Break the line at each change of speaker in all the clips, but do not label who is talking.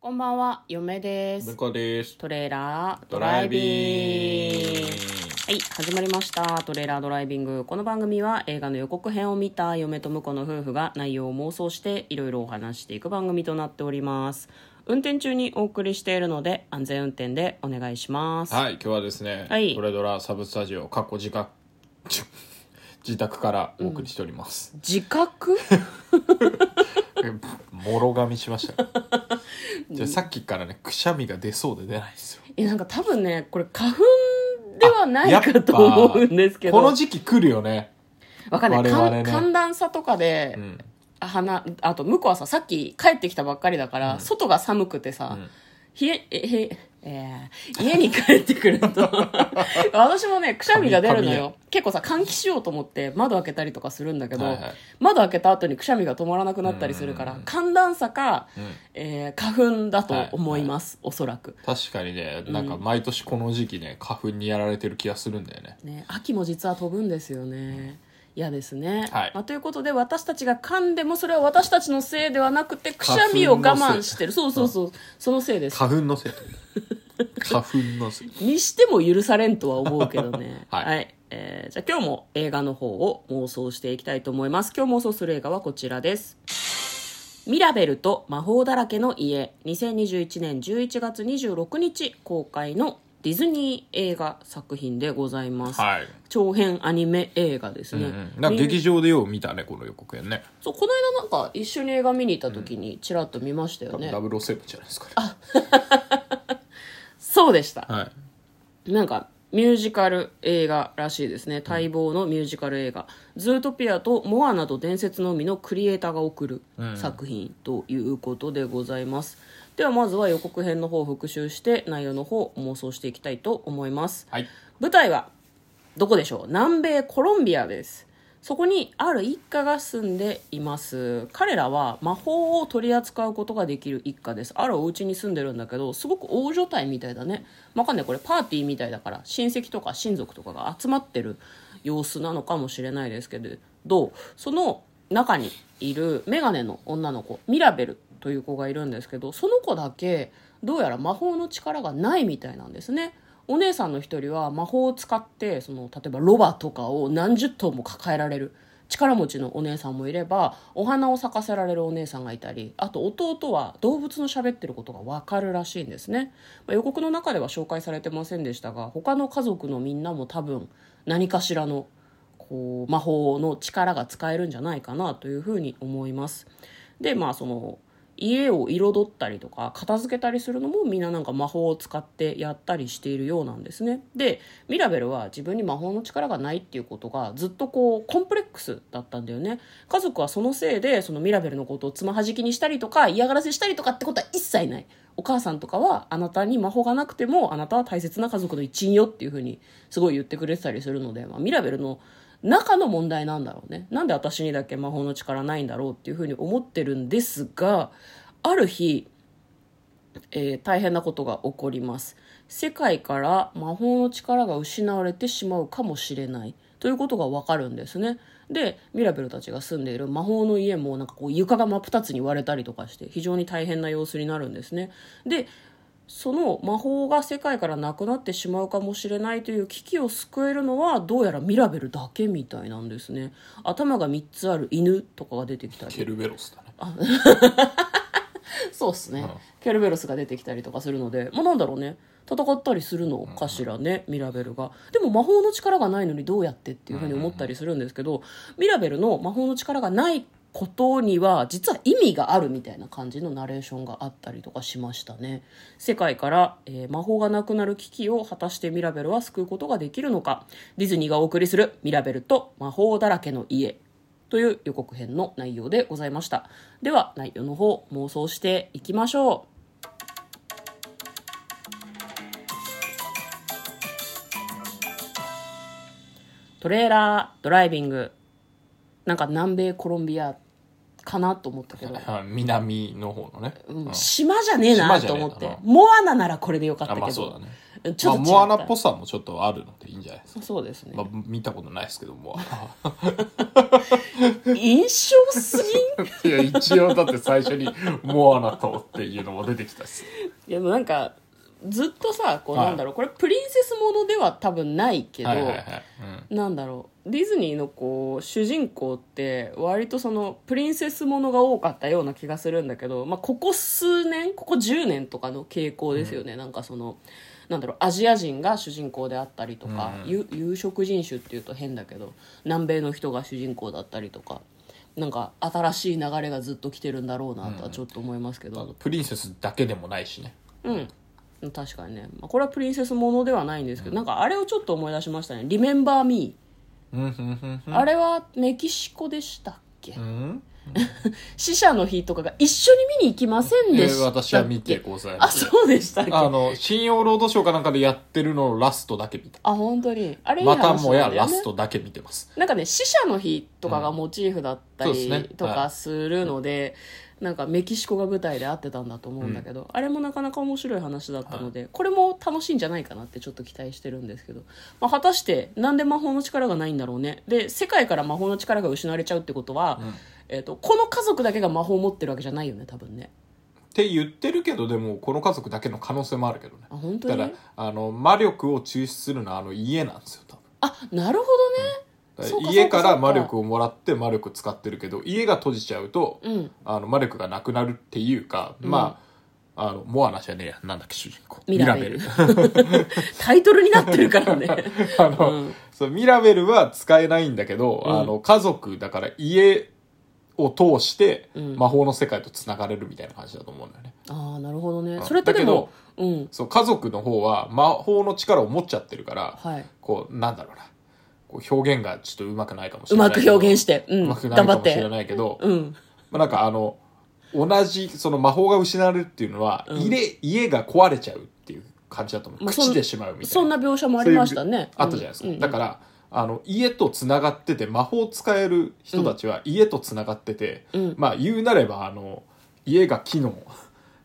こんばんは、嫁です。
こです
トレーラード
ド
ラ
ラ
イ
イ
ビ
ビ
ング。
ング
はい、始まりました。トレーラードライビング。この番組は映画の予告編を見た嫁と婿の夫婦が内容を妄想していろいろお話していく番組となっております。運転中にお送りしているので安全運転でお願いします。
はい今日はですね、
はい
トレドラサブスタジオ過去自宅 自宅からお送りしております、
自覚
もろ噛みしまし たよじゃあさっきからねくしゃみが出そうで出ないんですよ
いや、なんか多分ね、これ花粉ではない
やっぱ
かと思うんですけど。
この時期来るよね
わかんない、
我々ね
寒寒暖差とかで、
ん
あ花あと向こうはささっき帰ってきたばっかりだから、外が寒くてさ、冷ええへえー家に帰ってくると 私もねくしゃみが出るの
髪
よ結構さ換気しようと思って窓開けたりとかするんだけど、
はいはい
窓開けた後にくしゃみが止まらなくなったりするから、寒暖差か、えー花粉だと思います、おそらく。
確かにねなんか毎年この時期ね花粉にやられてる気がするんだよね
ね、秋も実は飛ぶんですよね。嫌ですね、
はい
まあ。ということで私たちが噛んでもそれは私たちのせいではなくてくしゃみを我慢してるそうそうそうそのせいです。
花粉 のせい花粉のせい。
にしても許されんとは思うけどね
はい
えーじゃあ今日も映画の方を妄想していきたいと思います。今日妄想する映画はこちらです。ミラベルと魔法だらけの家2021年11月26日公開のディズニー映画作品でございます。
はい、
長編アニメ映画ですね、
うん、なんか劇場でよう見たねこの予告編ね
そうこの間なんか一緒に映画見に行った時にちらっと見ましたよね、
007じゃないですかね
そうでした
はい
なんかミュージカル映画らしいですね待望のミュージカル映画「ズートピア」と「モア」など伝説のみのクリエイターが送る作品ということでございます、ではまずは予告編の方を復習して内容の方を妄想していきたいと思います
はい
舞台はどこでしょう南米コロンビアですそこにある一家が住んでいます彼らは魔法を取り扱うことができる一家ですあるお家に住んでるんだけどすごく大所帯みたいだねわかんないこれパーティーみたいだから親戚とか親族とかが集まってる様子なのかもしれないですけれどその中にいるメガネの女の子ミラベルという子がいるんですけどその子だけどうやら魔法の力がないみたいなんですねお姉さんの一人は魔法を使ってその例えばロバとかを何十頭も抱えられる力持ちのお姉さんもいればお花を咲かせられるお姉さんがいたりあと弟は動物の喋ってることが分かるらしいんですね、まあ予告の中では紹介されてませんでしたが他の家族のみんなも多分何かしらのこう魔法の力が使えるんじゃないかなというふうに思いますでまあその家を彩ったりとか片付けたりするのもみんななんか魔法を使ってやったりしているようなんですねでミラベルは自分に魔法の力がないっていうことがずっとこうコンプレックスだったんだよね家族はそのせいでそのミラベルのことをつまはじきにしたりとか嫌がらせしたりとかってことは一切ないお母さんとかはあなたに魔法がなくてもあなたは大切な家族の一員よっていうふうにすごい言ってくれてたりするので、まあ、ミラベルの中の問題なんだろうねなんで私にだけ魔法の力ないんだろうっていうふうに思ってるんですがある日、えー大変なことが起こります世界から魔法の力が失われてしまうかもしれないということがわかるんですねでミラベルたちが住んでいる魔法の家もなんかこう床が真っ二つに割れたりとかして非常に大変な様子になるんですねでその魔法が世界からなくなってしまうかもしれないという危機を救えるのはどうやらミラベルだけみたいなんですね頭が3つある犬とかが出てきたり
ケルベロスだね
そうっすね、
うん
ケルベロスが出てきたりとかするので、まあ、なんだろうね戦ったりするのかしらね、ミラベルがでも魔法の力がないのにどうやってっていうふうに思ったりするんですけど、ミラベルの魔法の力がないことには実は意味があるみたいな感じのナレーションがあったりとかしましたね世界から、えー魔法がなくなる危機を果たしてミラベルは救うことができるのかディズニーがお送りする「ミラベルと魔法だらけの家」という予告編の内容でございましたでは内容の方妄想していきましょうトレーラードライビングなんか南米コロンビアかなと思ったけど、
あ南の方のね、
うん
うん
島じゃねえな
島じ
と
ゃねえな
思ってモアナならこれでよかった
あ
けど、
まあそうだね
ちょっと違っ
まあ
た、
モアナっぽさもちょっとあるのでいいんじゃないですか、
そうですね、
まあ、見たことないですけども
印象すぎん
いや一応だって最初に「モアナと」っていうのも出てきたし
いやでもなんかずっとさこう
はい
なんだろう、これプリンセスものでは多分ないけど、
はいはいはい、うん、
なんだろうディズニーのこう主人公って割とそのプリンセスものが多かったような気がするんだけど、まあ、ここ数年ここ10年とかの傾向ですよね、なんかそのなんだろうアジア人が主人公であったりとか、
うん
有有色人種っていうと変だけど南米の人が主人公だったりとかなんか新しい流れがずっと来てるんだろうなとはちょっと思いますけど、
あのプリンセスだけでもないしね
うん、確かにね、まあ、これはプリンセスものではないんですけど、なんかあれをちょっと思い出しましたね「リメンバー・ミ
うんうんうん
ー」あれはメキシコでしたっけ、
うん
死者の日とかが一緒に見に行きません
え
で
ー
したっけ
私は見てございま
あ
す
そうでしたっけ
あ
あ
の信用ロードショーかなんかでやってるのをラストだけ見た
本当にあれいい
ま
話な
た
んだ
もや
よね
ラストだけ見てます
なんかね死者の日とかがモチーフだった
うんそうです
り
ね
と
は
か
い
するので、なんかメキシコが舞台で合ってたんだと思うんだけど、あれもなかなか面白い話だったので、これも楽しいんじゃないかなってちょっと期待してるんですけど、まあ、果たしてなんで魔法の力がないんだろうねで世界から魔法の力が失われちゃうってことは、
うん
えー、とこの家族だけが魔法を持ってるわけじゃないよね多分ね
って言ってるけどでもこの家族だけの可能性もあるけどね
あ本当
だ
に
からあの魔力を抽出するのはあの家なんですよ多分
あなるほ
だ
どね、
から
そうか
家から魔
そう
力をもらって魔力使ってるけど家が閉じちゃうと、
そうかうん
あの魔力がなくなるっていうか、まああのモアナじゃねえやなんだっけ主人公
ミラベル
ミラ
タイトルになってるからね
ベル あの、
うん
そうミラベルは使えないんだけど、
うん
あの家族だから家を通して
うん
魔法の世界とつながれるみたいな感じだと思うんだよね、
ああなるほどね
ん
それってでもうん
そう家族の方は魔法の力を持っちゃってるから、
はい
こうなんだろうなこう表現がちょっとうまくないかもし
う
れない
ま
け
く
ど
表現して、う、
うんまくない
頑張
か
っ
もしれ
て。
ないけど、
うん、
まあ、なんかあの同じその魔法が失われるっていうのは、
うん
家家が壊れちゃうっていう感じだと思う、
まあそん
朽ちてしまうみたいな
そんな描写もありましたね。
あったじゃないですか、
うんうん
だからあの家とつながってて魔法使える人たちは家とつながってて、
うん
まあ言うなればあの家が木の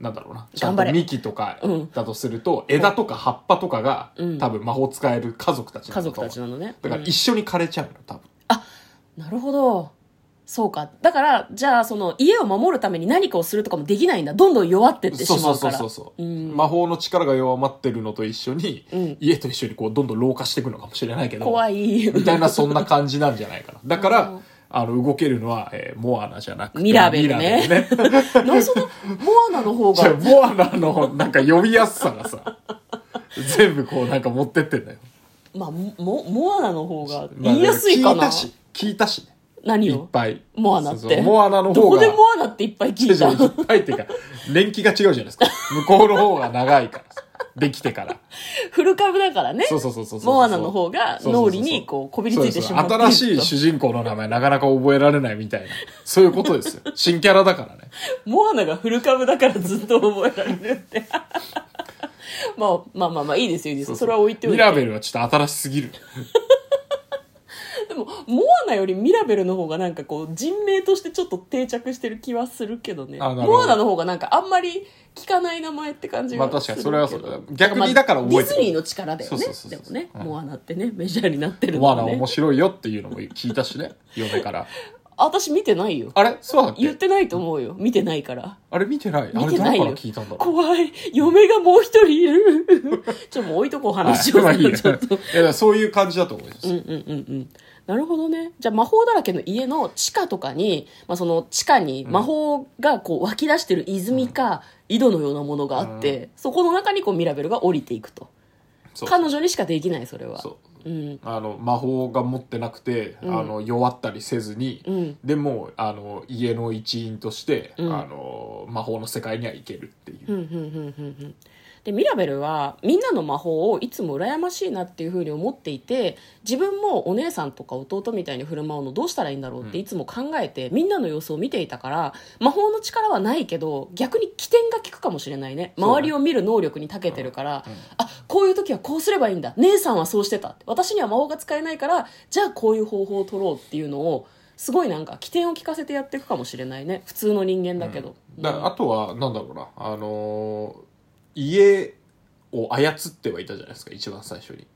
なんだろうなちゃん
頑張
と
れ
幹とか
うん
だとすると、枝とか葉っぱとかが、
うん
多分魔法使える家族たちな
家
んだと
族
思う
たちなのね。
だから
うん
一緒に枯れちゃうの多分
なるほど。そうか。だから、じゃあ、その、家を守るために何かをするとかもできないんだ。どんどん弱ってってし
そう
ま
そう
う
そ
か
う
ら。
そうそう、
うん
魔法の力が弱まってるのと一緒に、
うん
家と一緒にこうどんどん老化していくのかもしれないけど
怖い。
みたいなそんな感じなんじゃないか なだか
う
ら
ん
あの動けるのは、えーモアナじゃなくて
ミラベルね
ミラベルね
なんでその、モアナの方
じゃあ
が、
モアナのなんか呼びやすさがさ全部こうなんか持ってってんだよ
まあ、モモアナの方が言いやすいか
まあ
な。
聞いたし聞いたしね
何
いっ
を
ぱい
モアナって
そうそうモアナの
ど
方
こ
が
でモアナっていっぱい聞 いた
いっぱいっていうか年季が違うじゃないですか向こうの方が長いからさできてから
古株だからね。
そうそうそうそうそう
モアナの方が脳裏にこうこびりついてしまう
そうそうそう新しい主人公の名前なかなか覚えられないみたいなそういうことですよ新キャラだからね
モアナがフル株だからずっと覚えられるって まあまあまあまあいいですよいいですよそれは置いておい
ミラベ
て
ルはちょっと新しすぎる
でもモアナよりミラベルの方がなんかこう人名としてちょっと定着してる気はするけどね
あなるほど
モアナの方がなんかあんまり聞かない名前って感じが
ますあ
るけど、
確かにそれはそうだ逆にだから覚え
まあ
てる
ディズニーの力だよね
そうそうそうそう
でもね、
うん
モアナってねメジャーになってる
モ
の
アナ
で、ね
面、白いよっていうのも聞いたしね嫁から
私見てないよ
あれそうだっ
言っ
け
てないと思うよ見てないから
あれ見てないあ
見
れ
てな
誰
い
か
よ
ら聞いたんだろう
怖い嫁がもう一人いる ちょっともう置いとこう話を、
はいまあいいやい
ちょっと
やいやそういう感じだと思います、
うんうんうんうんなるほどねじゃあ魔法だらけの家の地下とかに、まあ、その地下に魔法がこう湧き出してる泉か井戸のようなものがあって、そこの中にこうミラベルが降りていくと
そう
彼女にしかできないそれは
そう
う、ん、
あの魔法が持ってなくて、
うん
あの弱ったりせずに、
うん
でもあの家の一員として、
うん
あの魔法の世界には行けるっていう
ふんふんふんふんふんでミラベルはみんなの魔法をいつも羨ましいなっていうふうに思っていて自分もお姉さんとか弟みたいに振る舞うのどうしたらいいんだろうっていつも考えて、みんなの様子を見ていたから魔法の力はないけど逆に起点が効くかもしれないね
そうね
周りを見る能力に長けてるから、
うん
あこういう時はこうすればいいんだ姉さんはそうしてた私には魔法が使えないからじゃあこういう方法を取ろうっていうのをすごいなんか起点を聞かせてやっていくかもしれないね普通の人間だけど、
だあとはなんだろうなあのー家を操ってはいたじゃないですか一番最初に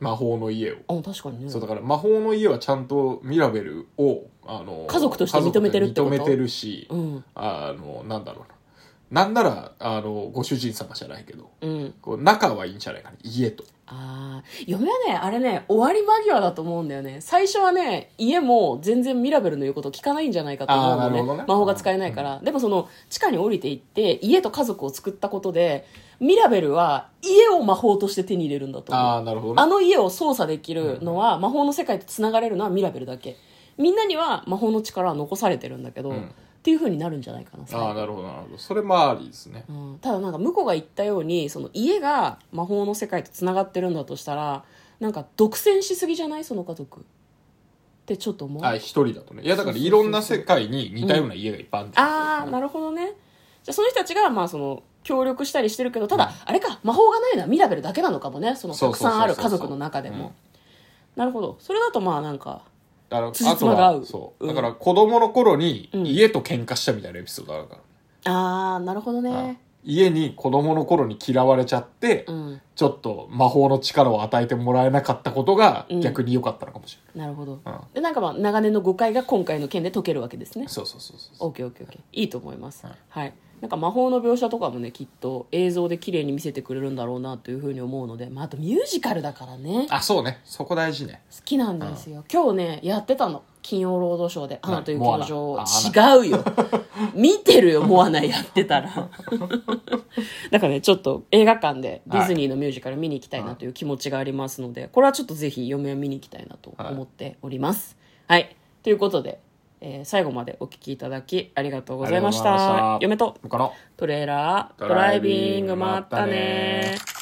魔法の家を、
あ確かにね
そうだから魔法の家はちゃんとミラベルをあの
家族として認めてるってこと
家族認めてるし、
うん
あのなんだろうななんならあのご主人様じゃないけど
うん
こう仲はいいんじゃないかな家と
ああ嫁はねあれね終わり間際だと思うんだよね最初はね家も全然ミラベルの言うこと聞かないんじゃないかと思う
あーなる
の
ほど
ね
ね
魔法が使えないから、でもその地下に降りていって家と家族を作ったことでミラベルは家を魔法として手に入れるんだと思う
ああなるほどね
あの家を操作できるのは、魔法の世界とつながれるのはミラベルだけみんなには魔法の力は残されてるんだけど、
うん
っていう風になるんじゃないかな最後
ああなるほどなるほどそれもありですね
うん、ただなんか向こうが言ったようにその家が魔法の世界とつながってるんだとしたらなんか独占しすぎじゃないその家族ってちょっと思う
あ
あ
一人だとねいやだからいろんな世界に似たような家がいっぱいあるんだよ
あーなるほどねじゃあその人たちがまあその協力したりしてるけどただ、あれか魔法がないのはミラベルだけなのかもねそのた
そう
く
そうそうそ
さ
う
んある家族の中でも、
うん
なるほどそれだとまあなんか
だから
辻
あと
褄が合う
はそううんだから子供の頃に
うん
家と喧嘩したみたいなエピソードあるか
ああなるほど
ら、
ね
家に子供の頃に嫌われちゃって、
うん
ちょっと魔法の力を与えてもらえなかったことが
うん
逆に良かったのかもし
なるほど、
うん
でなんかまあ長年の誤解が今回の件で解けるわけですね
れない、そうそうそうそう
オッケーオッケーオッケーいいと思います、
はい
はい、なんか魔法の描写とかもねきっと映像で綺麗に見せてくれるんだろうなというふうに思うので、まあ、あとミュージカルだからね好
あそうねそこ大事ね
きなんですよ、今日ねやってたの金曜ロードショーで「アナと雪の女王
モ」ア
違うよ見てるよモアナやってた らだからねちょっと映画館でディズニーのミュージカル見に行きたいなという気持ちがありますのでこれはちょっとぜひ嫁は見に行きたいなと思っておりますはい、ということで、えー最後までお聞きいただきありがとうございまし
ありがとうござい
た
ました
嫁と
他の
トレーラード
ド
ラ
ラ
イ
イ
ビ
ビ
ン
ン
グ
グ
まったね
まったね